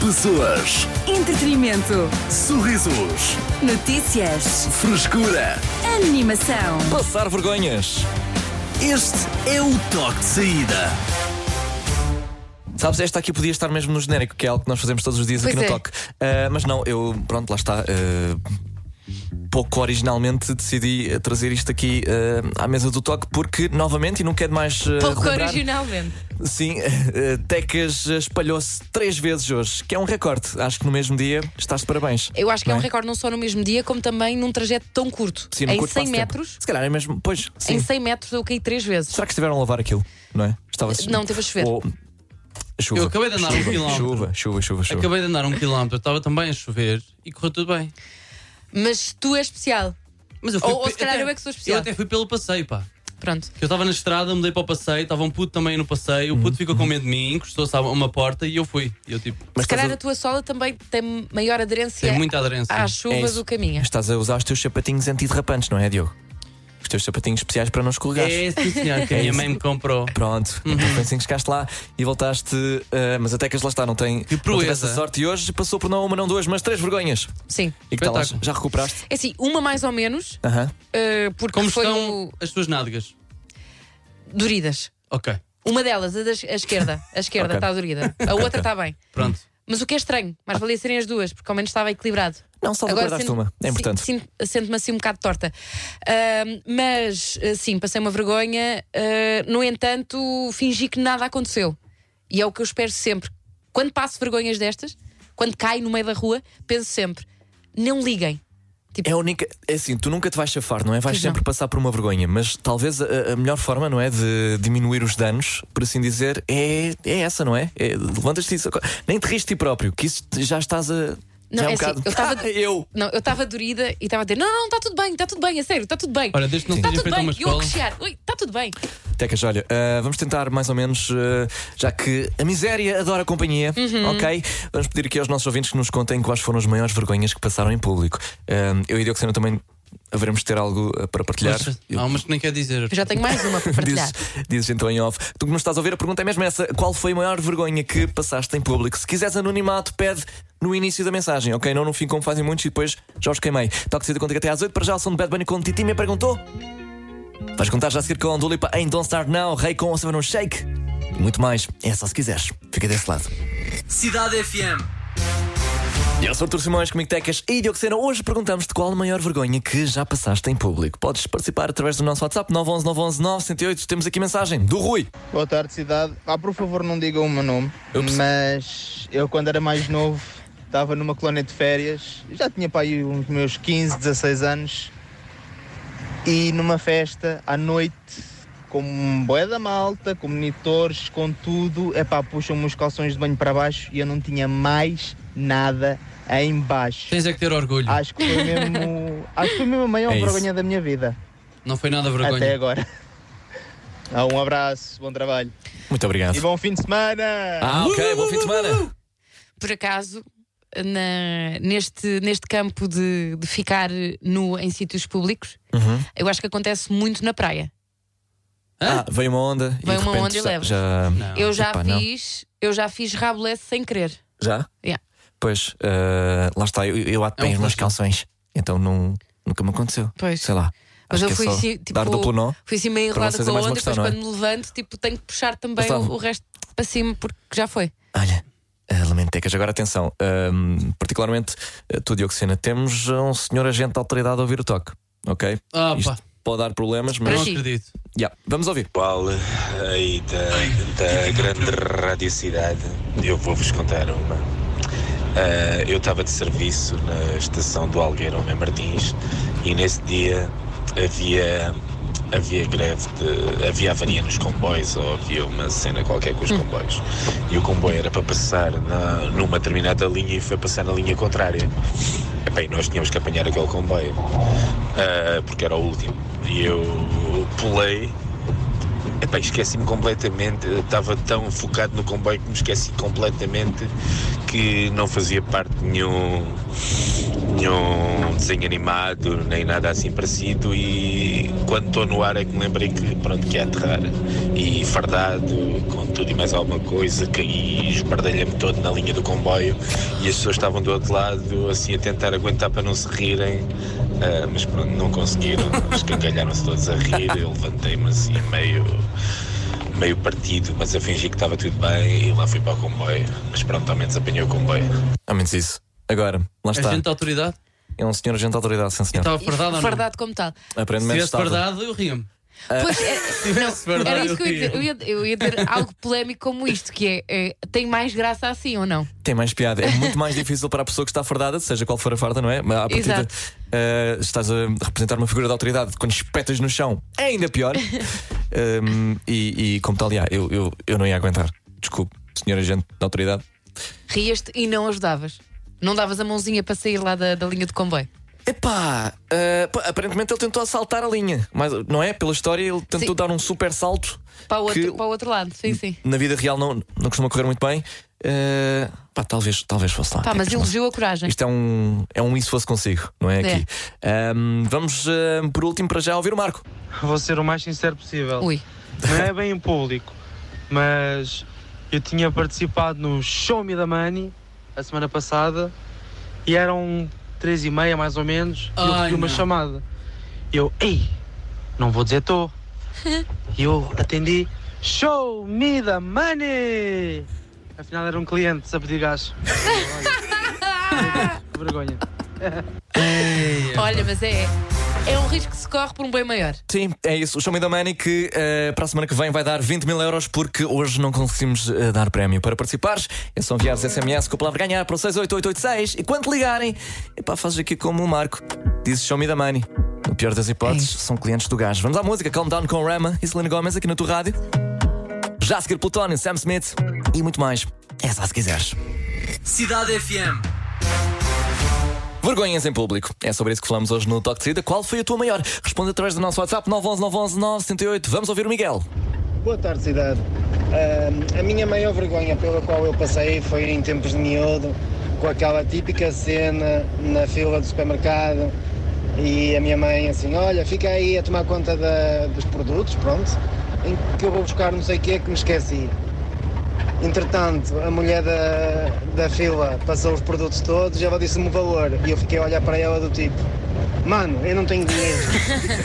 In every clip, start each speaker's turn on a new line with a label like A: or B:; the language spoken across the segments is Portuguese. A: Pessoas,
B: Entretenimento.
A: sorrisos,
B: Notícias.
A: frescura.
B: Animação.
C: Passar vergonhas.
A: Este é o toque de saída.
C: Sabes, esta aqui podia estar mesmo no genérico, que é algo que nós fazemos todos os dias aqui
D: Pois
C: no
D: é.
C: Toque. Ah, mas não, eu, pronto, lá está. ah, pouco originalmente decidi eh, trazer isto aqui ah, à mesa do Toque, porque, novamente, e não quero mais. ah,
D: Pouco
C: relembrar,
D: originalmente.
C: Sim, eh, Tecas espalhou-se três vezes hoje, que é um recorde. Acho que no mesmo dia estás de parabéns.
D: Eu acho que é
C: Não
D: um recorde não só no mesmo dia, como também num trajeto tão curto.
C: Sim, no
D: em
C: curto
D: 100
C: espaço de tempo.
D: metros,
C: Se calhar é mesmo. Pois, sim.
D: em 100 metros eu caí três vezes.
C: Será que estiveram a lavar aquilo? Não é? Estava a-
D: Não, teve a chover.
C: Ou- Chuva.
E: Eu acabei de andar um
C: chuva,
E: quilómetro.
C: chuva, chuva, chuva, chuva.
E: Acabei de andar um quilómetro, estava também a chover e correu tudo bem.
D: Mas tu és especial.
E: Mas eu
D: Ou- ou se calhar eu é que sou especial.
E: Eu até fui pelo passeio, pá.
D: Pronto.
E: Eu estava na estrada, mudei para o passeio, estava um puto também no passeio, o puto ficou com medo de mim, encostou-se a uma porta e eu fui. E eu tipo,
C: Mas
D: Se calhar
C: estás a-
D: a tua sola também tem maior aderência
E: tem muita aderência.
D: à
C: É
D: chuva
C: isso.
D: do caminho.
C: Estás a usar os teus sapatinhos antiderrapantes, não é, Diogo? Os teus sapatinhos especiais para não escorregar.
E: É sim senhor, que a minha mãe me comprou.
C: Pronto,
D: Uhum.
C: então foi assim que chegaste lá e voltaste. eh, mas até que lá está, não tem.
E: Que
C: não teve
E: proeza.
C: essa sorte e hoje passou por não uma, não duas, mas três vergonhas.
D: Sim.
C: E que tal?
E: Espetáculo.
C: Já recuperaste?
D: É assim, uma mais ou menos,
C: Aham.
D: eh, porque
E: Como
D: foi
E: estão
D: o-
E: as tuas nádegas?
D: doridas.
E: Ok,
D: Uma delas, a, da, a esquerda. A esquerda
C: Ok.
D: está dorida. A outra está bem.
E: pronto.
C: Hum.
D: Mas o que é estranho, mais valia serem as duas, porque ao menos estava equilibrado.
C: Não, só guardaste
D: sinto-
C: uma. É
D: si-
C: importante.
D: sinto- Sento-me assim um bocado torta. Ahm, mas, ah, sim, passei uma vergonha. ah, no entanto, fingi que nada aconteceu. E é o que eu espero sempre. Quando passo vergonhas destas, quando caio no meio da rua, penso sempre: não liguem.
C: É a única. É assim, tu nunca te vais chafar, não é? Vais
D: Pois
C: sempre
D: não.
C: passar por uma vergonha, mas talvez a, a melhor forma, não é? De diminuir os danos, por assim dizer, é, é essa, não é? é Levantas-te isso. Nem te riste ti próprio, que isso já estás a.
D: Não,
C: já um
D: é assim,
C: bocado.
D: eu tava-
C: eu.
D: Não, eu estava dorida e estava a dizer: não, não, está tudo bem, está tudo bem, a sério, está tudo bem.
E: Ora, desde que não
D: Está
E: seja
D: tudo
E: feito a
D: bem,
E: uma
D: eu a
E: escola.
D: cochear. Ui, está tudo bem.
C: Tecas, olha, ah, vamos tentar mais ou menos, ah, já que a miséria adora companhia, ok? Vamos pedir aqui aos nossos ouvintes que nos contem quais foram as maiores vergonhas que passaram em público. Ah, eu e Diogo Sena também haveremos de ter algo ah, para partilhar.
E: Mas-
C: Eu-
E: Há umas que nem quer dizer.
D: Eu já tenho mais uma para partilhar.
C: Dizes, dizes então em off. Tu que nos estás a ouvir, a pergunta é mesmo essa: qual foi a maior vergonha que passaste em público? Se quiseres anonimato, pede no início da mensagem, ok? Não no fim, como fazem muitos, e depois já os queimei. Toque cedo contigo até às 8 para já o som de Bad Bunny com Titi me perguntou. Vais contar já a seguir com a Dulipa em Don't Start Now, Rei com o Saber um Shake. E muito mais, é só se quiseres. Fica desse lado.
A: Cidade FM.
C: E eu sou Artur Simões, comigo Tecas e Diocesano. Hoje perguntamos-te qual a maior vergonha que já passaste em público. Podes participar através do nosso WhatsApp 911 911 908. Temos aqui mensagem do Rui.
F: Boa tarde, cidade. Ah, por favor, não digam o meu nome,
C: Ups.
F: mas eu, quando era mais novo, estava numa colónia de férias, já tinha para aí uns meus 15, 16 anos, e numa festa, à noite, com um bué da malta, com monitores, com tudo, é pá, puxam-me os calções de banho para baixo e eu não tinha mais nada em baixo.
E: Tens é que ter orgulho.
C: Ah,
F: Acho que foi mesmo, acho que foi mesmo a maior
C: É isso.
F: vergonha da minha vida,
E: Não foi nada
F: até
E: vergonha.
F: agora. Ah, um abraço, bom trabalho.
C: Muito obrigado.
F: E bom fim de semana!
C: Ah, ok, bom fim de
D: Uh,
C: semana.
D: por acaso, na- neste, neste campo de, de ficar nu em sítios públicos, eu acho que acontece muito na praia.
C: Ah, veio uma onda e
D: Veio
C: de
D: uma onda
C: repente
D: e
C: já-
D: levas.
C: já,
E: Não.
D: eu já
C: Ah, epá, não.
D: fiz, eu já fiz rabolete sem querer.
C: já?
D: Yeah.
C: Pois, ah, lá está, eu, eu ato
E: É
C: bem
E: um
C: os meus
E: flashback.
C: calções. Então não, nunca me aconteceu.
D: Pois.
C: Sei lá.
D: Mas
C: acho
D: eu
C: que
D: fui
C: é só
D: assim, tipo,
C: dar duplo nó.
D: Fui assim meio
C: Para
D: enrolada
C: vocês
D: com
C: é
D: a
C: mais
D: onda,
C: uma
D: depois
C: questão, não
D: quando
C: é?
D: me levanto, tipo, tenho que puxar também
C: Gustavo.
D: o, o resto para cima, porque já foi.
C: Olha. ah, Lamento, Tecas. Agora atenção, ahm, particularmente ah, tu, Diogo Sena, temos ah, um senhor agente de autoridade a ouvir o toque, ok?
E: Ah, pá.
C: Isto pode dar problemas,
E: Não
C: mas
D: Para ti.
E: acredito.
C: Yeah, vamos ouvir.
G: Paulo, aí eh, da, da grande radiocidade, eu vou-vos contar uma. Ah, eu estava de serviço na estação do Algueirão em Martins e nesse dia havia, havia greve, de, havia avaria nos comboios ou havia uma cena qualquer com os comboios. E o comboio era para passar na- numa determinada linha e foi passar na linha contrária. Epá, e nós tínhamos que apanhar aquele comboio ah, porque era o último. E eu pulei Epá, esqueci-me completamente. Eu Estava tão focado no comboio que me esqueci completamente que não fazia parte de nenhum nenhum desenho animado, nem nada assim parecido. E quando estou no ar é que me lembrei que, pronto, que é aterrar. E fardado, com tudo e mais alguma coisa, caí, esbardalhei-me todo na linha do comboio. E as pessoas estavam do outro lado, assim, a tentar aguentar para não se rirem. Ah, mas pronto, não conseguiram. Escangalharam-se todos a rir. Eu levantei-me assim, meio meio partido, mas eu fingi que estava tudo bem e lá fui para o comboio. Mas pronto, ao menos apanhei o comboio.
C: Ao menos isso. Agora, lá
E: É
C: está.
E: gente de autoridade?
C: É um senhor agente de autoridade, sim senhor.
E: Estava fardado ou não?
D: Fardado como tal.
E: Então, Se
C: Aprende menos
E: tivesse
C: tarde.
E: fardado, eu ria-me.
D: Pois é,
E: Se tivesse fardado,
D: Era isso que eu ia
E: ria.
D: dizer. Eu ia, eu ia dizer algo polémico como isto, que é, é, tem mais graça assim ou não?
C: Tem mais piada. É muito mais difícil para a pessoa que está fardada, seja qual for a farda, não é? Mas à partida,
D: Exato.
C: eh, estás a representar uma figura de autoridade. Quando espetas no chão, é ainda pior. Hum, e, e como tal, já, eu, eu, eu não ia aguentar. Desculpe, senhor agente de autoridade.
D: Rias-te e não ajudavas. Não davas a mãozinha para sair lá da, da linha de comboio.
C: Epá, eh, pá, aparentemente ele tentou assaltar a linha, mas não é? Pela história, ele tentou
D: Sim.
C: dar um super salto.
D: Para o, outro,
C: que
D: para o outro lado, sim, sim.
C: Na vida real não, não costuma correr muito bem. Eh, pá, talvez, talvez fosse lá.
D: Pá,
C: É
D: mas
C: que não-
D: elogiou a coragem.
C: Isto é um, é um isso fosse consigo, não é?
D: É.
C: Aqui. Ahm, vamos, ahm, por último, para já ouvir o Marco.
H: Vou ser o mais sincero possível.
D: Ui,
H: Não é bem em público, mas eu tinha participado no Show Me the Money a semana passada e eram três e meia mais ou menos e eu
E: Ai,
H: recebi uma
E: não.
H: chamada. Eu, ei, não vou dizer estou. E eu atendi Show Me the Money! Afinal eram clientes a pedir gás. Olha, que vergonha.
D: olha, mas é, é um risco que se corre por um bem maior.
C: Sim, é isso. O Show Me the Money que eh, para a semana que vem vai dar 20 mil euros porque hoje não conseguimos eh, dar prémio. Para participares, é só enviares SMS com a palavra ganhar para o 68886 e quando te ligarem, epá, fazes aqui como o Marco. Dizes Show Me the Money. No pior das hipóteses, são clientes do gás. Vamos à música Calm Down com Rama e Selena Gomez aqui na tua rádio. Já a seguir Plutónio, Sam Smith e muito mais. É só se quiseres.
A: Cidade FM.
C: Vergonhas em público. É sobre isso que falamos hoje no Toque de Saída. Qual foi a tua maior? Responde através do nosso WhatsApp 911 911 978. Vamos ouvir o Miguel.
I: Boa tarde, cidade. Ah, a minha maior vergonha pela qual eu passei foi em tempos de miúdo, com aquela típica cena na fila do supermercado e a minha mãe assim: Olha, fica aí a tomar conta da- dos produtos, pronto, em que eu vou buscar não sei o que que me esqueci. Entretanto, a mulher da, da fila passou os produtos todos e ela disse-me o valor. E eu fiquei a olhar para ela do tipo: Mano, eu não tenho dinheiro.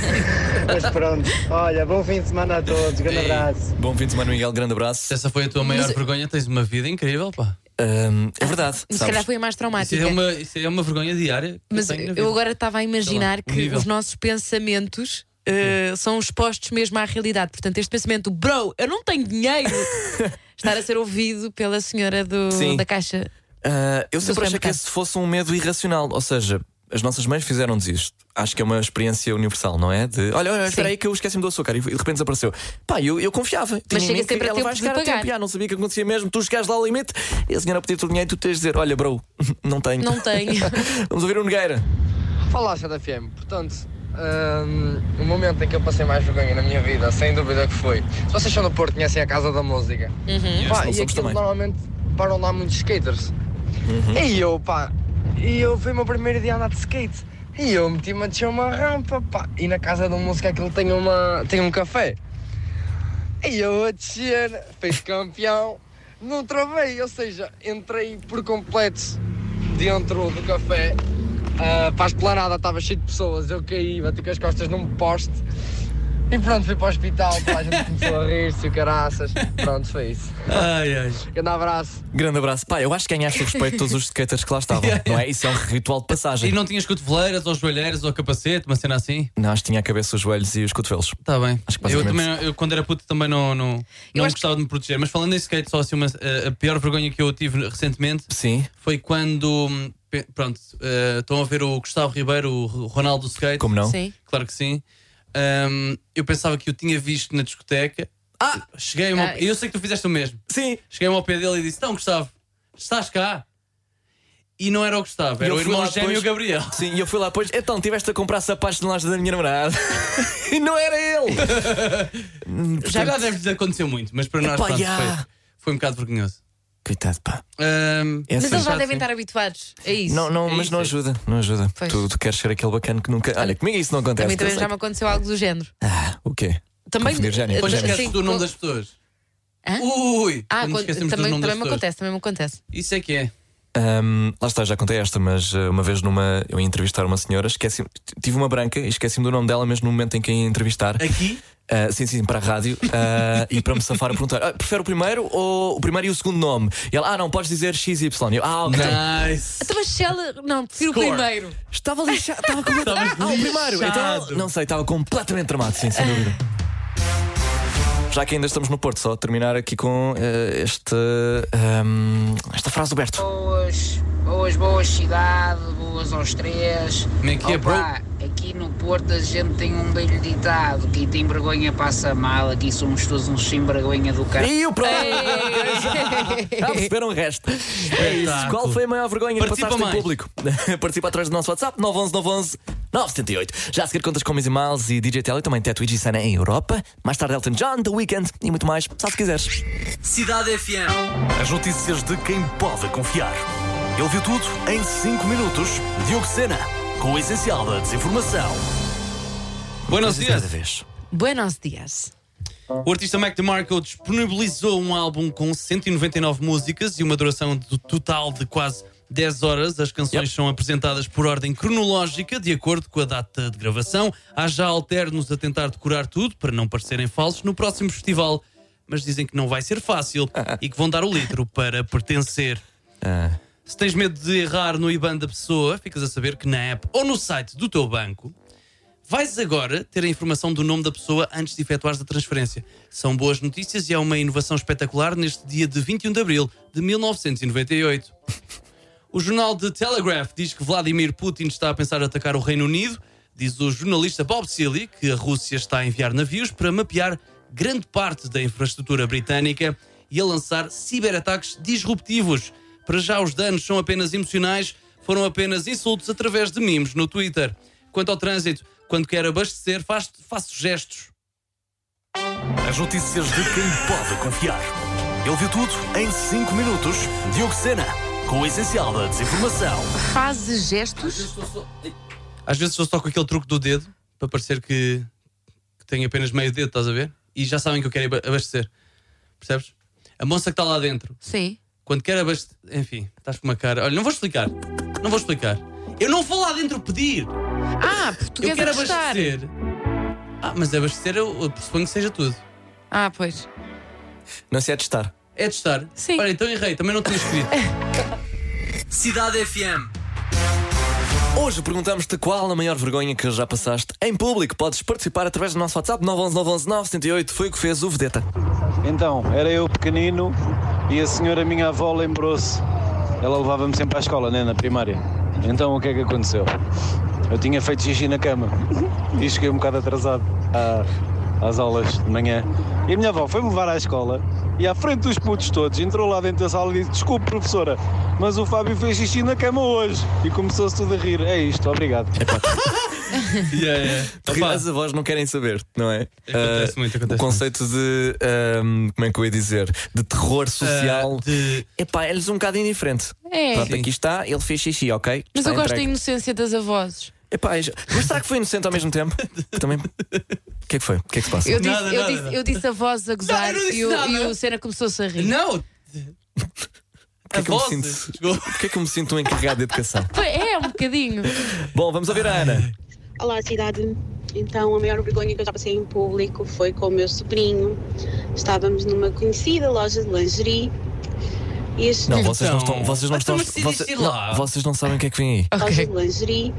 I: Mas pronto, olha, bom fim de semana a todos, grande abraço.
C: Bom fim de semana, Miguel. Grande
E: Se
C: abraço.
E: essa foi a tua maior vergonha, tens uma vida incrível, pá.
C: Ahm, é verdade.
D: Ah, Se
C: sabes?
D: calhar foi a mais
E: Isso
D: traumática.
E: é uma, isso é uma vergonha diária. que
D: Ah, Mas
E: eu, tenho na
D: eu,
E: vida.
D: agora estava a imaginar
E: Sei lá, um
D: que
E: nível.
D: os nossos pensamentos eh, são expostos mesmo à realidade. Portanto, este pensamento, bro, eu não tenho dinheiro, estar a ser ouvido pela senhora do-
C: Sim.
D: da caixa.
C: Ah, eu sempre achei que
D: supermercado.
C: esse fosse um medo irracional. Ou seja, as nossas mães fizeram-nos isto. Acho que é uma experiência universal, não é? De olha, olha, espera aí que eu esqueci-me do açúcar e de repente desapareceu. Pá, eu, eu confiava. Tinha um em
D: chega
C: mim que
D: sempre a
C: ela
D: tempo
C: vai
D: de
C: chegar a
D: pagar.
C: tempo. Ah, não sabia que acontecia mesmo. Tu chegares lá ao limite e a senhora pedir-te o dinheiro e tu tens de dizer: Olha, bro, não tenho.
D: Não tenho.
C: Vamos ouvir o Nogueira.
J: Olá, CDFM. Portanto, hum, o momento em que eu passei mais vergonha na minha vida, sem dúvida que foi. Se vocês são do Porto, conhecem a Casa da Música.
C: Não
J: Pá,
C: somos
J: e aquilo
C: também. Uhum.
J: normalmente param lá muitos skaters. E eu, pá, e eu fui o meu primeiro dia a andar de skate. E eu meti-me a descer uma rampa, pá. E na Casa da Música aquilo tem, uma, tem um café. E eu a descer, fez campeão, não travei, ou seja, entrei por completo dentro do café. Ah, para a esplanada estava cheio de pessoas, eu caí, bati com as costas num poste e pronto, fui para o hospital, pá, a gente começou a rir-se, o caraças. Pronto, foi isso.
E: Ai, ai.
J: Grande abraço.
C: Grande abraço. Pá, eu acho que ganhaste o respeito de todos os skaters que lá estavam, não é? Isso é um ritual de
E: E
C: passagem.
E: não tinhas cotoveleiras, ou joelheiras, ou capacete, uma cena assim?
C: Não, acho que tinha a cabeça, os joelhos e os cotovelos.
E: Está bem.
C: Acho que
E: eu
C: basicamente-
E: também, eu, quando era puto, também não, não,
D: Eu
E: não
D: acho
E: gostava de me proteger. Mas falando em skate, só assim, uma, a, a pior vergonha que eu tive recentemente
C: Sim,
E: foi quando. hum, pe- Pronto, eh, estão a ver o Gustavo Ribeiro, o R- Ronaldo Skate?
C: como não?
D: Sim.
E: Claro que sim. Hum, eu pensava que eu tinha visto na discoteca. Ah! Cheguei ao-
D: Ah,
E: Eu sei que tu fizeste o mesmo.
C: Sim.
E: Cheguei-me ao pé dele e disse: Então, Gustavo, estás cá? E não era o
C: E
E: Gustavo, era
C: eu
E: o
C: fui lá
E: irmão gêmeo
C: depois-
E: Gabriel.
C: Sim, e eu fui lá depois, então tiveste a comprar sapatos na loja da minha namorada e não era ele!
E: Já deve-lhes acontecer muito, mas para nós
C: Epá,
E: pronto,
C: já.
E: foi, foi um bocado vergonhoso.
C: Coitado, pá.
E: Ahm,
C: É
D: Mas
C: assim.
D: eles já
E: Sim.
D: devem estar habituados a isso.
C: Não, não,
E: é
C: mas
E: isso,
C: não
E: é
C: ajuda, não ajuda.
D: Pois.
C: Tu, tu queres ser aquele bacana que nunca. Olha, comigo isso não
D: a
C: acontece.
D: mim
C: que eu
D: também já
C: sei.
D: me aconteceu algo do género.
C: O quê?
D: Também.
C: Confundir género,
E: Quando
C: Pois
D: Sim,
E: esqueces do nome
D: com-
E: das pessoas.
D: Hã?
E: Ui!
D: Ah,
E: quando
D: quando-
E: esquecemos dos
D: também, também
E: nomes das
D: me
E: pessoas.
D: acontece, também me acontece.
E: Isso é que é.
C: Ahm, lá está, já contei esta, mas ah, uma vez numa, eu ia entrevistar uma senhora, esqueci tive uma branca e esqueci-me do nome dela mesmo no momento em que a ia entrevistar.
E: Aqui?
C: Ah, sim, sim, para a rádio. Ah, e para me safar, a perguntar: "Ah, prefere o primeiro ou o primeiro e o segundo nome? E ela: Ah, não, podes dizer XY. E eu, ah, ok.
E: Nice!
D: Então, mas se ela. Não, prefiro
E: Score.
D: o primeiro.
C: Estava lixado, estava completamente.
E: Estavas
C: Ah, o primeiro! Então,
E: lixado.
C: não sei, estava completamente tramado, sim, sem dúvida. Já que ainda estamos no Porto, só terminar aqui com eh, este, ehm, esta frase do Berto.
K: Boas, boas, boas cidade, boas aos três.
E: Como é que é, bro?
K: Opa, Aqui no Porto a gente tem um belo ditado: quem tem vergonha passa mal. Aqui somos todos uns sem vergonha do caralho.
C: E o Tá próximo! Já perceberam o um resto. É isso. Qual foi a maior vergonha que
E: Participa
C: passaste em
E: mais.
C: público? Participa atrás do nosso WhatsApp 911 911 978. Já a seguir contas com Mizzy Miles e DJ Tell e também Teto e Gisana em Europa. Mais tarde Elton John, The Weeknd e muito mais. Sabe se quiseres.
A: Cidade FM. As notícias de quem pode confiar. Ele viu tudo em 5 minutos. Diogo Sena, com o essencial da desinformação.
E: Buenos
C: Cidade
E: dias!
C: da vez.
D: Buenos dias.
E: O artista Mac DeMarco disponibilizou um álbum com 199 músicas e uma duração do total de quase 10 horas. As canções são apresentadas por ordem cronológica, de acordo com a data de gravação. Há já alternos a tentar decorar tudo, para não parecerem falsos, no próximo festival. Mas dizem que não vai ser fácil e que vão dar o litro para pertencer. Se tens medo de errar no IBAN da pessoa, ficas a saber que na app ou no site do teu banco Vais agora ter a informação do nome da pessoa antes de efetuares a transferência. São boas notícias e é uma inovação espetacular neste dia de 21 de abril de 1998. O jornal The Telegraph diz que Vladimir Putin está a pensar atacar o Reino Unido. Diz o jornalista Bob Seeley que a Rússia está a enviar navios para mapear grande parte da infraestrutura britânica e a lançar ciberataques disruptivos. Para já, os danos são apenas emocionais, foram apenas insultos através de memes no Twitter. Quanto ao trânsito, quando quer abastecer, faz- faço gestos.
A: As notícias de quem pode confiar. Ele viu tudo em 5 minutos. Diogo Sena, com o essencial da desinformação.
D: Faz gestos.
E: Às vezes sou só com aquele truque do dedo para parecer que, que tenho apenas meio dedo, estás a ver? E já sabem que eu quero aba- abastecer. Percebes? A moça que está lá dentro,
D: Sim.
E: quando quer abastecer. Enfim, estás com uma cara. Olha, não vou explicar. Não vou explicar. Eu não vou lá dentro pedir.
D: Ah, português
E: eu quero
D: a gostar.
E: abastecer. Ah, mas abastecer eu, eu pressuponho que seja tudo.
D: Ah, pois.
C: Não se é de estar.
E: É testar.
D: Sim.
E: Olha, então errei, também não tinha escrito.
A: Cidade FM.
C: Hoje perguntamos-te qual a maior vergonha que já passaste em público. Podes participar através do nosso WhatsApp 911 911 978. Foi o que fez o Vedeta.
L: Então, era eu pequenino e a senhora minha avó lembrou-se. Ela levava-me sempre à escola, né, na primária. Então o que é que aconteceu? Eu tinha feito xixi na cama e cheguei um bocado atrasado à- às aulas de manhã. E a minha avó foi-me levar à escola e à frente dos putos todos entrou lá dentro da sala e disse desculpe professora, mas o Fábio fez xixi na cama hoje. E começou-se tudo a rir. É isto, obrigado.
E: yeah, yeah. Opa,
C: As avós não querem saber, não é?
E: Acontece
C: Ah,
E: muito,
C: O
E: acontece
C: conceito de. ahm, como é que eu ia dizer? De terror social.
E: ah, de-
C: Epá, eles um bocado indiferente.
D: É.
C: Pronto,
E: Sim.
C: aqui está, ele fez xixi, ok?
D: Mas
C: está
D: eu gosto da
C: entregue.
D: inocência das avós.
C: Epá, já- mas será que foi inocente ao mesmo tempo? Também. O que é que foi? O que é que se passa?
D: Eu disse,
E: Nada,
D: eu
E: nada,
D: disse,
E: nada.
D: eu disse avós a gozar
E: Não, eu não disse
D: e, o,
E: nada.
D: e o Senna começou-se a rir.
E: Não!
C: Porquê é que eu me
E: Avós.
C: sinto-
E: Desculpa.
C: Porquê é que eu me sinto um encarregado de educação?
D: Foi- É, um bocadinho.
C: Bom, vamos ouvir a Ana.
K: Olá, cidade. Então, a maior vergonha que eu já passei em público foi com o meu sobrinho. Estávamos numa conhecida loja de lingerie e este
C: Não, vocês não
E: Então,
C: estão. Vocês não
E: mas
C: estão.
E: tu me decidiste
C: vocês-
E: ir lá.
C: não, vocês não sabem o que é que vem aí.
K: loja
D: Ok.
K: de lingerie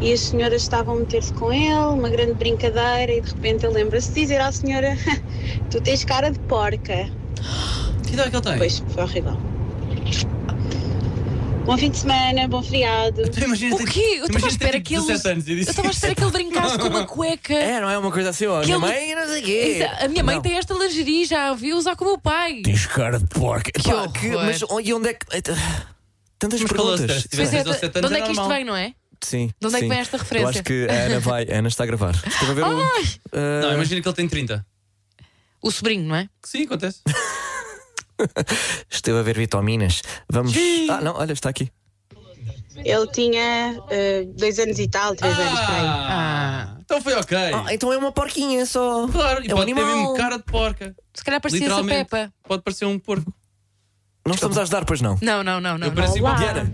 K: e as senhoras estavam a meter-se com ele, uma grande brincadeira, e de repente ele lembra-se de dizer à senhora: Tu tens cara de porca.
E: Que idade é que ele tem?
K: Pois, foi horrível. Bom fim de semana, bom feriado.
E: Tu imagina
D: O
E: ter-
D: quê? Eu estava à
E: imagina
D: espera
E: ter
D: que ele.
E: 17 anos e
D: Eu
E: disse-
D: estava à espera que ele brincasse com uma cueca.
C: É, não é uma coisa assim, ó.
D: Que
C: minha
D: ele-
C: mãe não sei o quê.
D: Exa- A minha mãe
C: É. Não.
D: tem esta lingerie, já a vi usar com o meu pai.
C: Tens cara de porca. Que,
D: horror.
C: mas on- e onde é que. Tantas
E: Mas qual é o
C: perguntas.
E: stress?
D: Pois
E: Tiveste
D: é,
E: aos sete
D: de
E: anos
D: onde é que
E: era
D: isto
E: normal.
D: vem, não é?
C: Sim.
D: De onde é que
C: sim.
D: vem esta referência?
C: Eu acho que a Ana vai. A Ana está a gravar. Estou a ver o.
D: Ai!
C: Ah,
E: Não, imagina que ele tem 30.
D: O sobrinho, não é?
E: Que sim, acontece.
C: Esteve a ver vitaminas. Vamos. Ah, não, olha, está aqui.
K: Ele tinha eh, dois anos e tal, três anos por aí.
E: Ah, então foi ok.
D: Oh,
C: então é uma porquinha só.
E: Claro, e
C: é um
E: pode ter
C: animal.
E: mesmo cara de porca.
D: Se calhar parecia a
E: Literalmente.
D: Pepa.
E: Pode parecer um porco.
C: Não estamos a ajudar, pois não?
D: Não, não, não, não.
E: Eu pareci
D: não.
E: uma Diana.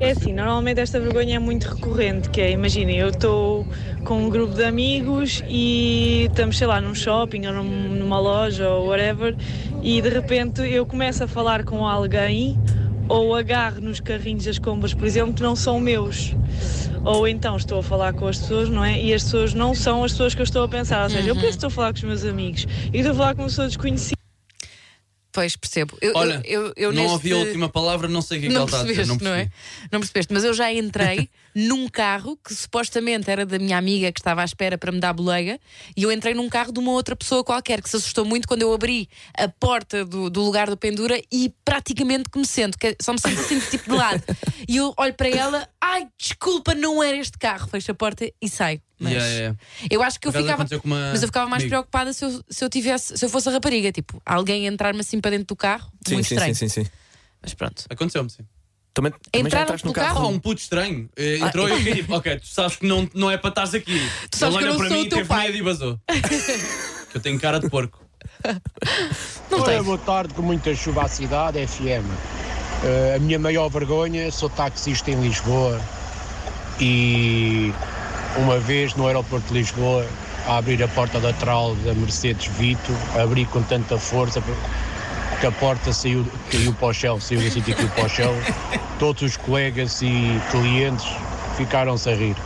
M: É assim, normalmente esta vergonha é muito recorrente, que é, imagina, eu estou com um grupo de amigos e estamos, sei lá, num shopping ou num- numa loja ou whatever, e de repente eu começo a falar com alguém ou agarro nos carrinhos das compras, por exemplo, que não são meus. Ou então estou a falar com as pessoas, não é? E as pessoas não são as pessoas que eu estou a pensar. Ou seja, eu penso que estou a falar com os meus amigos e estou a falar com uma pessoa desconhecida.
D: Pois percebo. Eu,
E: Olha,
D: eu, eu, eu
E: não
D: neste-
E: ouvi a última palavra, não sei o que é que
D: não
E: ela está a dizer.
D: percebeste, não, é? Não percebeste, mas eu já entrei num carro que supostamente era da minha amiga que estava à espera para me dar boleia e eu entrei num carro de uma outra pessoa qualquer que se assustou muito quando eu abri a porta do, do lugar do pendura e praticamente que me sento, que só me sento assim de tipo de lado. E eu olho para ela, ai, desculpa, não era este carro. Fecho a porta e saio. Mas
E: Yeah, yeah.
D: eu acho que eu
E: Por acaso
D: ficava.
E: aconteceu com uma
D: Mas eu ficava mais
E: amiga.
D: preocupada se eu, se eu tivesse, se eu fosse a rapariga, tipo, alguém entrar-me assim para dentro do carro,
C: Sim,
D: muito
C: sim, sim,
D: estranho.
C: sim, sim.
D: Mas pronto.
E: Aconteceu-me, sim.
C: Também, também já
D: Entraram
C: entraste no
D: no
C: carro.
E: Só um puto estranho. Eh, Entrou
D: Tá Ah.
E: e eu fiquei tipo, ok, tu sabes que não, não é para estares aqui.
D: Tu sabes
E: Ele
D: que eu
E: olhou
D: não
E: para
D: sou
E: mim,
D: o teu
E: teve
D: pai.
E: medo e vazou. que eu tenho cara de porco.
N: Olá, é boa tarde, com muita chuva à cidade, FM. Eh, a minha maior vergonha, sou taxista em Lisboa e uma vez no aeroporto de Lisboa, a abrir a porta lateral da Mercedes Vito, abri com tanta força que a porta saiu, caiu para o chão, saiu do sítio e caiu para o chão. Todos os colegas e clientes ficaram-se a rir.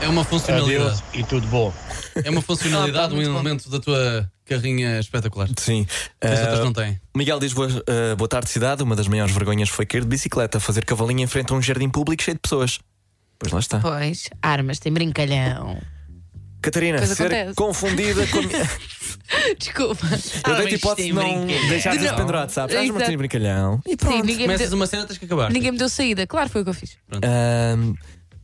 E: É uma funcionalidade.
N: Adeus e tudo bom.
E: É uma
D: Ah,
E: funcionalidade, um elemento da tua carrinha espetacular.
C: Sim.
E: Que as
C: Ah,
E: outras não têm.
C: Miguel diz boa, ah, boa tarde, cidade. Uma das maiores vergonhas foi cair de bicicleta, fazer cavalinho em frente a um jardim público cheio de pessoas. Pois lá está.
D: Pois, armas, tem brincalhão.
C: Catarina,
D: Pois
C: ser
D: acontece.
C: confundida com.
D: Desculpa. Ah,
C: Eu dei-te hipótese de não deixar de pendurado, sabes? Estás uma
D: Exato.
C: de brincalhão.
D: E pronto. Sim, ninguém, me
E: Começas
D: deu,
E: uma cena, tens que acabar.
D: ninguém me deu saída. Claro, foi o que eu fiz.
C: Ahm,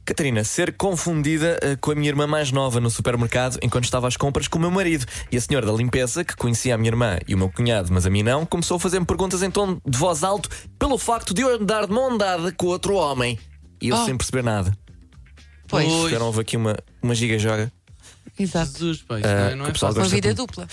C: Catarina, ser confundida ah, com a minha irmã mais nova no supermercado enquanto estava às compras com o meu marido. E a senhora da limpeza, que conhecia a minha irmã e o meu cunhado, mas a mim não, começou a fazer-me perguntas em tom de voz alto pelo facto de eu andar de mão dada com outro homem. E eu
D: Oh.
C: sem perceber nada.
E: Tipo,
D: Pois.
C: Fizeram, houve aqui uma, uma giga joga.
D: Exato.
E: Jesus, pai,
C: Ah,
E: não
C: que
E: é
C: o pessoal
E: fácil.
D: Uma
C: gosta
D: vida
C: de-
D: dupla.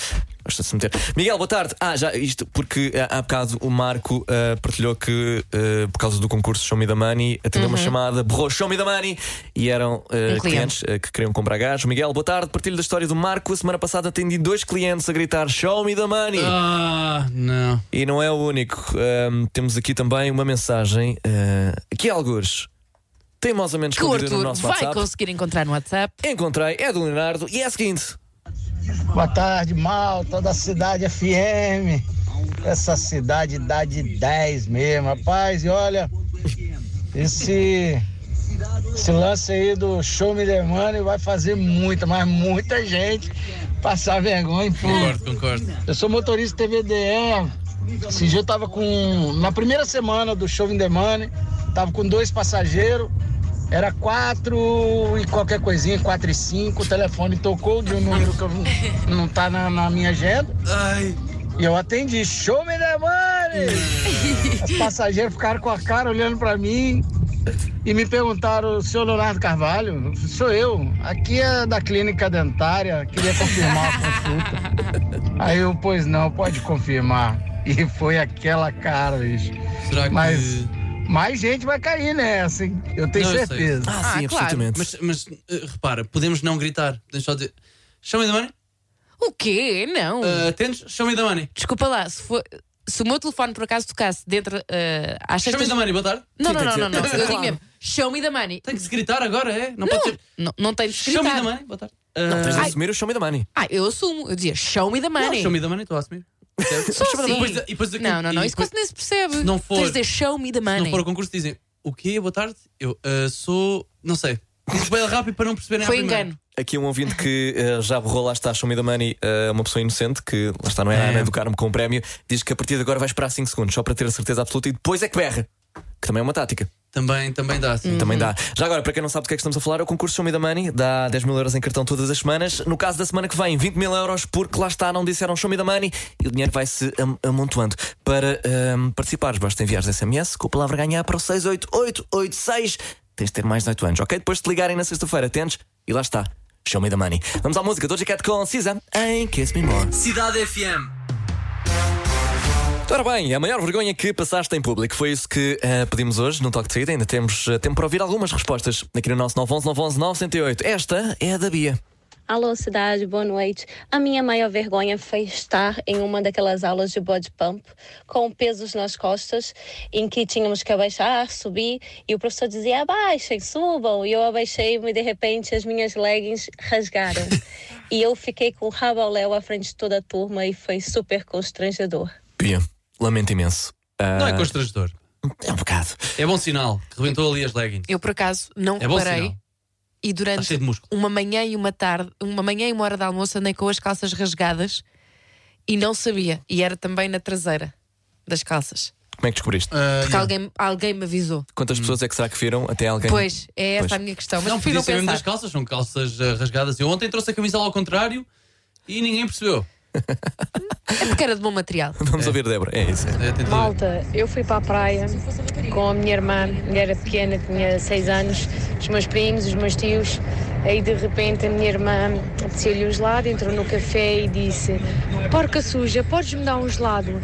C: Gosta de se meter. Miguel, boa tarde. Ah, já isto, porque ah, há bocado o Marco ah, partilhou que, ah, por causa do concurso Show Me the Money, atendeu uma
D: Uhum.
C: chamada, borrou Show Me the Money e eram ah,
D: Um cliente.
C: clientes ah, que queriam comprar gás. Miguel, boa tarde. Partilho da história do Marco. A semana passada atendi dois clientes a gritar Show Me the Money.
E: Ah, não.
C: E não é o único. Ahm, temos aqui também uma mensagem. ah, aqui, algures. Teimosamente
D: Que o
C: escondida no
D: Arthur
C: nosso
D: vai
C: WhatsApp.
D: conseguir encontrar no WhatsApp.
C: Encontrei, é do Leonardo e é a seguinte.
O: Boa tarde, malta da Cidade FM. Essa cidade dá de 10 mesmo, rapaz. E olha, esse, esse lance aí do Show Me The Money vai fazer muita, mas muita gente passar vergonha em público.
E: Concordo, concordo.
O: Eu sou motorista TVDE. é. Esse dia eu tava com. Na primeira semana do Show in the Money, tava com dois passageiros. Era quatro e qualquer coisinha, quatro e cinco. O telefone tocou de um número que eu não- não tá na, na minha agenda. E eu atendi, show me the money! Os passageiros ficaram com a cara olhando pra mim e me perguntaram, senhor Leonardo Carvalho, sou eu. Aqui é da clínica dentária, queria confirmar a Aí eu, pois não, pode confirmar. E foi aquela cara, bicho.
E: Será que-
O: Mas mais gente vai cair nessa, hein? Eu tenho
E: Não, eu sei.
O: certeza.
D: Ah,
C: Ah,
E: Mas, mas, eh, repara, podemos não gritar. Podemos só dizer: Show me the money.
D: O quê? Não.
E: Eh, atendes? Show me the money.
D: Desculpa lá, se, for- se o meu telefone por acaso tocasse dentro. eh, às
E: Show
D: sextas-
E: me the money, boa tarde.
D: Não, não,
E: Sim, tem
D: não,
E: que
D: não, não.
E: ser.
D: Eu digo
E: Claro.
D: mesmo, show me the money.
E: Tem que se gritar agora, é? Não,
D: não,
E: pode ser.
D: Não, não tem de se
E: Show
D: gritar.
E: me the money, boa tarde. Eh,
C: Não, tens de
D: Ai.
C: assumir o Show Me the Money.
D: Ah, eu assumo. Eu dizia, show me the money.
E: Não, show me the money, estou a assumir.
D: Só
E: Show me
D: assim.
E: the money. E depois- e depois-
D: Não, não, não.
E: e
D: Isso quase nem se percebe.
E: Se não for-
D: Tens de dizer, show me the
E: Se
D: money.
E: não for o concurso, dizem o quê? Boa tarde? Eu eh, sou. Não sei. Diz bem rápido para não perceberem à
D: Foi
E: primeira.
D: engano.
C: Aqui um ouvinte que eh, já borrou, lá está, Show Me the Money, eh, uma pessoa inocente que, lá está, não é, a Ana, educar-me com um prémio, diz que a partir de agora vai esperar 5 segundos, só para ter a certeza absoluta e depois é que berra. Que também é uma tática.
E: Também, também dá, sim.
D: Hum.
C: Também dá. Já agora, para quem não sabe do que é que estamos a falar, é o concurso Show Me the Money, dá 10 mil euros em cartão todas as semanas. No caso da semana que vem, 20 mil euros, porque lá está, não disseram Show Me the Money e o dinheiro vai-se am- amontoando. Para ahm, participares, basta enviar SMS com a palavra ganhar para o 68886. Tens de ter mais de 8 anos, ok? Depois de te ligarem na sexta-feira, tens e lá está. Show Me the Money. Vamos à música, Doja Cat com Cisa em Kiss Me More.
E: Cidade FM.
C: Ora bem, a maior vergonha que passaste em público foi isso que eh, pedimos hoje no Toque de Saída. Ainda temos eh, tempo para ouvir algumas respostas aqui no nosso 911 911 908. Esta é a da Bia.
P: Alô, cidade, boa noite. A minha maior vergonha foi estar em uma daquelas aulas de body pump com pesos nas costas, em que tínhamos que abaixar, subir, e o professor dizia abaixem, subam, e eu abaixei e de repente as minhas leggings rasgaram. e eu fiquei com o rabo ao léu à frente de toda a turma e foi super constrangedor.
C: Bia, lamento imenso. Ah,
E: Não é constrangedor.
C: É um bocado.
E: É bom sinal. Rebentou ali as leggings.
D: Eu, por acaso, não
E: É bom
D: reparei.
E: sinal.
D: E
E: Está
D: durante
E: cheio de músculo.
D: uma manhã e uma tarde, uma manhã e uma hora de almoço, andei com as calças rasgadas e não sabia. E era também na traseira das calças.
C: Como é que descobriste?
E: Ah,
D: Porque alguém, alguém me avisou.
E: hum.
C: Quantas pessoas é que será que viram até alguém?
D: Pois, é essa
C: Pois.
D: a minha questão. Mas
E: não,
D: prefiro
E: podia
D: não
E: ser mesmo
D: pensar.
E: das calças, são calças eh, rasgadas. Eu ontem trouxe a camisola ao contrário e ninguém percebeu.
D: É porque era de bom material.
C: Vamos ouvir, Débora. É isso.
Q: Malta, eu fui para a praia com a minha irmã, ela era pequena, tinha 6 anos, os meus primos, os meus tios. Aí de repente a minha irmã desceu-lhe um gelado, entrou no café e disse: Porca suja, podes-me dar um gelado?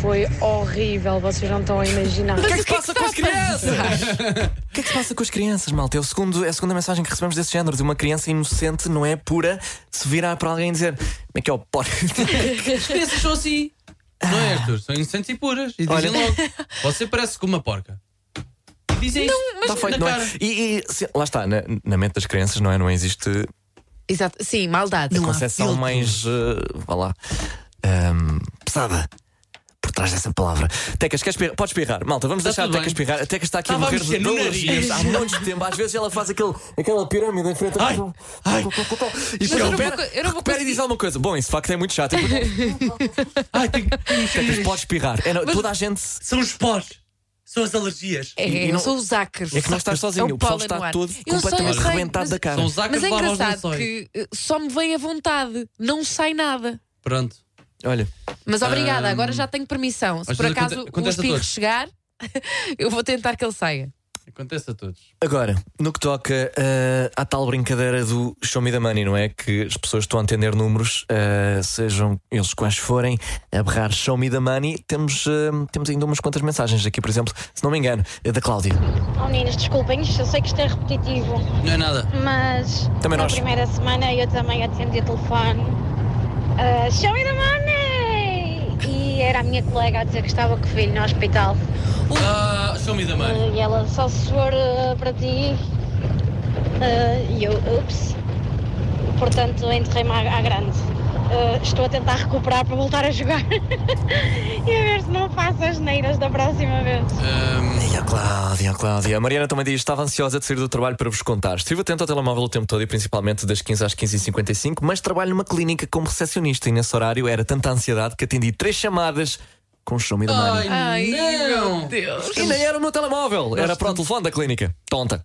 Q: Foi horrível, vocês não estão a imaginar.
C: O que é que se passa com as O que é que se passa com as crianças, malta? É, o segundo, é a segunda mensagem que recebemos desse género de uma criança inocente, não é pura, se virar para alguém e dizer como é que é o porco?
E: As crianças são assim. Não é, Arthur? São inocentes e puras. E dizem logo: você parece com uma porca. E dizem isto.
C: Está feito,
E: na
C: não é?
E: cara.
C: E, e, se- lá está, na, na mente das crianças, não é? Não existe
D: Exato. Sim, maldade.
C: a concepção mais, eh, vá lá, ehm, pesada por trás dessa palavra. Tecas, queres espirrar? Podes espirrar. Malta, vamos
E: Está
C: deixar a
E: tudo
C: Tecas
E: bem.
C: espirrar. A Tecas está aqui
E: Estava
C: a
E: a
C: morrer de
E: mexer no
C: dores
E: nariz.
C: há muito tempo. Às vezes ela faz aquele, aquela pirâmide em frente a... Ai, e
D: Mas eu não vou
C: recupera-
D: co- eu não vou
C: recupera e diz alguma coisa. Bom, isso de facto é muito chato. Tecas, podes espirrar. É, não, toda a gente...
E: São os pós. São as alergias.
D: É,
C: E- e
D: eu
C: não-
D: sou os ácaros.
C: É que não estás sozinho,
D: É
C: o pessoal
D: pólen
C: está
D: no ar.
C: todo
D: Eu
C: completamente
D: sei, eu sei,
C: arrebentado
D: mas-
C: da cara.
E: São os ácaros
D: Mas é
E: lá aos
D: engraçado
E: lençóis.
D: que eh, só me vem à vontade, não sai nada.
E: Pronto.
C: Olha.
D: Mas obrigada,
E: Ahm,
D: agora já tenho permissão. Se
E: às
D: por
E: vezes
D: acaso
E: aconte-
D: o
E: acontece a
D: espirro
E: todos.
D: chegar, eu vou tentar que ele saia.
E: Acontece a todos.
C: Agora, no que toca eh, à tal brincadeira do Show Me the Money, não é? Que as pessoas estão a entender números, eh, sejam eles quais forem, a berrar Show Me the Money. Temos, eh, temos ainda umas quantas mensagens aqui, por exemplo, se não me engano, é da Cláudia.
R: Oh meninas, desculpem, isto, eu sei que isto é repetitivo.
E: Não é nada.
R: Mas
C: Também
R: na
C: nós.
R: primeira semana eu também atendi o telefone. Ah, show me the money! E era a minha colega a dizer que estava com o filho no hospital.
E: Ah, show me the money.
R: Ah, e ela só se for ah, para ti. Ah, E eu, ups. Portanto, enterrei-me à, à grande. Ah, estou a tentar recuperar para voltar a jogar. e a ver se não faço as neiras da próxima vez.
C: E a Cláudia, a Cláudia. A Mariana também diz: estava ansiosa de sair do trabalho para vos contar. Estive atento ao telemóvel o tempo todo e principalmente das 15 às 15h55, mas trabalho numa clínica como recepcionista e nesse horário era tanta ansiedade que atendi três chamadas com Show Me the Money.
D: Ai,
E: não.
D: meu Deus.
C: E nem era o meu telemóvel, era para o telefone da clínica. Tonta.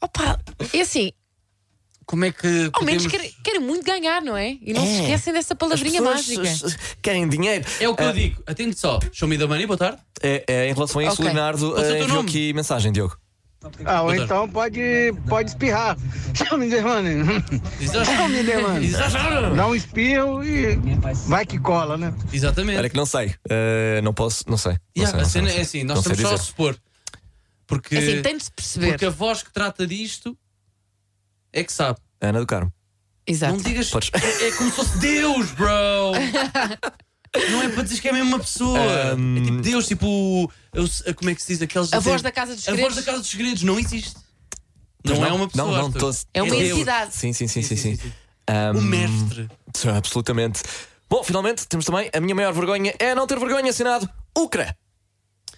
D: Opa, é assim,
E: Como é que.
D: ao menos
E: podemos-
D: querem, querem muito ganhar, não é? E não se
E: É.
D: esquecem dessa palavrinha
C: As
D: mágica.
C: pessoas, eh, Querem dinheiro. Ah,
E: É o que eu digo. Atende só. Show me the money, boa tarde.
C: É, em relação a isso,
E: o
C: Leonardo eh, enviou aqui mensagem, Diogo.
E: Ah,
J: ou então pode, pode espirrar. Show me the money. Show me the money.
E: Exagero.
J: Dá um espirro e vai que cola, né?
E: Exatamente.
C: Olha que não sei. Eh, não posso, não sei. Não
E: Yeah,
C: sei,
E: a
C: não sei,
E: cena
C: não sei.
E: é assim, nós
C: Não sei
E: estamos só a
C: dizer.
E: supor. Porque,
D: É assim, tem de se perceber.
E: porque a voz que trata disto é que sabe.
C: Ana do Carmo.
D: Exato.
E: Não digas. É, é como se fosse Deus, bro! não é para dizer que é mesmo uma pessoa. É tipo Deus, tipo. o- o- como é que se diz aqueles.
D: A voz
E: dizem-
D: da Casa dos
E: A voz
D: Segredos.
E: da Casa dos Segredos não existe. Não,
C: Pois
E: é uma pessoa.
C: Não, não,
E: Arthur.
C: tô-
D: É uma
C: Deus.
D: entidade.
C: Sim, sim, sim, sim. sim, Um,
E: o mestre.
C: sim, absolutamente. Bom, finalmente temos também a minha maior vergonha é não ter vergonha assinado Ucra.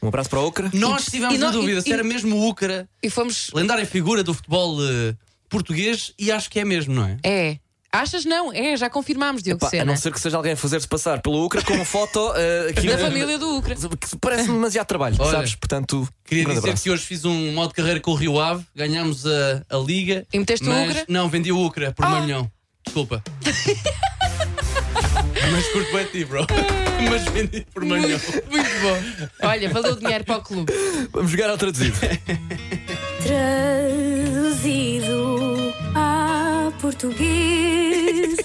C: Um abraço para a Ucra.
E: Nós tivemos
D: e não-
E: a dúvida
D: e-
E: se era
D: e-
E: mesmo o Ucara,
D: E fomos.
E: lendária figura do futebol eh, português, e acho que é mesmo, não é?
D: É. Achas não? É, já confirmámos, Diogo
C: Pá, a
D: Sena.
C: não ser que seja alguém a fazer-se passar pelo Ucra com uma foto eh, aqui
D: Da família do Ucra.
C: Parece-me demasiado trabalho,
E: Olha,
C: sabes? Portanto, um
E: Queria
C: grande
E: dizer
C: abraço.
E: que hoje fiz um modo de carreira com o Rio Ave, ganhámos a, a liga.
D: E meteste o
E: mas-
D: Ucra?
E: Não, vendi o Ucra por meio milhão. Desculpa. mas curto bem de ti, bro. mas vendi por meio milhão.
D: Muito bom. Olha, valeu o dinheiro para o clube.
C: Vamos jogar ao traduzido.
S: Traduzido a português.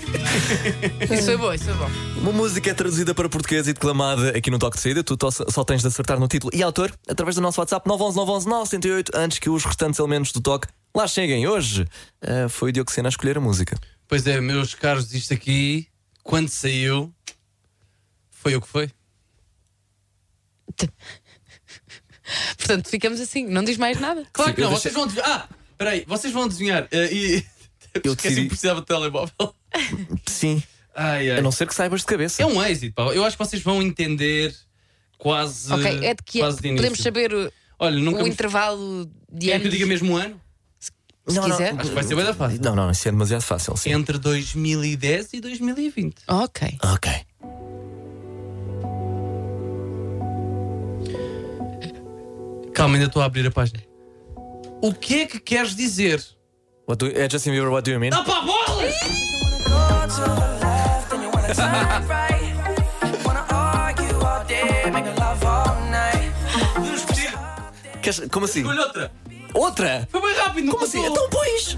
D: Isso foi bom, isso foi bom.
C: Uma música é traduzida para português e declamada aqui no Toque de Saída. Tu to- só tens de acertar no título e autor através do nosso WhatsApp 911-911-908 antes que os restantes elementos do toque lá cheguem. Hoje eh, foi o Diogo Sena a escolher a música.
E: Pois é, meus caros, isto aqui, quando saiu, foi o que foi.
D: Portanto, ficamos assim, não diz mais nada.
E: Claro que não, vocês vão adivinhar. Ah, peraí, vocês vão adivinhar. eh, e. Eu esqueci que precisava de telemóvel.
C: Sim.
E: Ai, ai.
C: A não ser que saibas de cabeça.
E: É um êxito, pá. Eu acho que vocês vão entender quase.
D: Ok, é de que
E: quase de início.
D: podemos saber o,
E: Olha, nunca
D: o
E: me-
D: intervalo de
E: Quer
D: anos.
E: que eu diga mesmo o ano?
D: Se quiser.
E: Acho que vai ser bem da fácil.
C: Não, não, isso é demasiado fácil. Sim.
E: Entre 2010 e 2020.
D: Ok.
C: Ok.
E: Calma, ainda estou a abrir a página. O que é que queres dizer?
C: What do, é Justin Bieber, what do you mean?
E: Dá para a bola!
C: Queres- como assim?
E: Escolhe outra.
C: Outra?
E: Foi bem rápido,
C: Como assim? Então pois!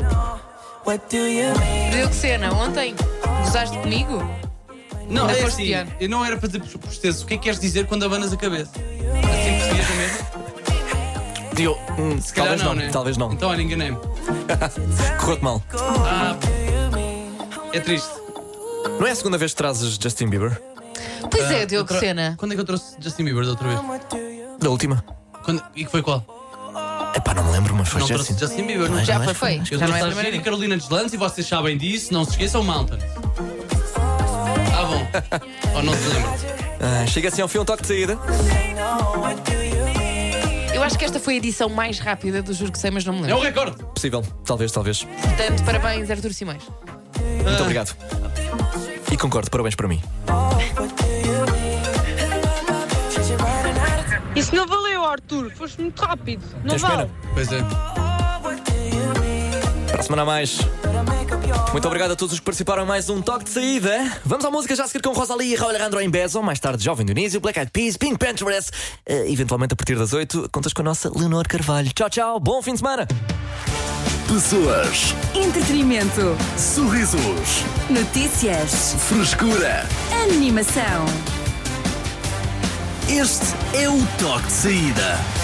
D: Diogo Sena, ontem gozaste comigo?
E: Não,
D: Na
E: é
D: Força
E: assim,
D: de Piano.
E: eu não era para dizer por por certeza. O que é que queres dizer quando abanas a cabeça? Assim percebias o mesmo?
C: Diogo, hum,
E: Se calhar
C: talvez não,
E: não, né?
C: talvez não.
E: Então olha, enganei-me.
C: Correu-te mal.
E: Ah, é triste.
C: Não é a segunda vez que trazes Justin Bieber?
D: Pois é,
E: Ah,
D: Diogo
E: eu tra-
D: Sena.
E: Quando é que eu trouxe Justin Bieber da outra vez?
C: Da última?
E: Quando- E que foi qual?
C: Epá, não me lembro, mas foi
E: Não
C: Justin.
E: trouxe Justin Bieber.
C: Não é?
D: Já
C: Não é?
D: foi, foi.
E: Eu
D: Já
E: trouxe
D: não é a
E: a
D: primeira
E: Gira e
D: vez.
E: Carolina Deslandes e vocês sabem disso. Não se esqueçam, Mountain. Ah, bom. Ou não se lembram.
C: Ah, chega assim ao fim um toque de saída.
D: Eu acho que esta foi a edição mais rápida do Juro que Sei, mas não me lembro.
E: É um recorde.
C: Possível, talvez, talvez.
D: Portanto, parabéns, Arthur Simões.
C: Muito obrigado. E concordo, parabéns para mim.
T: Isso não valeu, Arthur. Foste muito rápido. Não
C: Tens
T: vale.
C: pena?
E: Pois é.
C: Para a semana a mais. Muito obrigado a todos os que participaram em mais um toque de saída. Vamos à música já a seguir com Rosalie e Raul Alejandro em Bezo, mais tarde Jovem Dionísio, Black Eyed Peas, Pink Panthers. Eh, eventualmente a partir das 8, contas com a nossa Leonor Carvalho. Tchau, tchau, bom fim de semana.
A: Pessoas,
B: Entretenimento.
A: sorrisos,
B: Notícias.
A: frescura.
B: Animação.
A: Este é o toque de saída.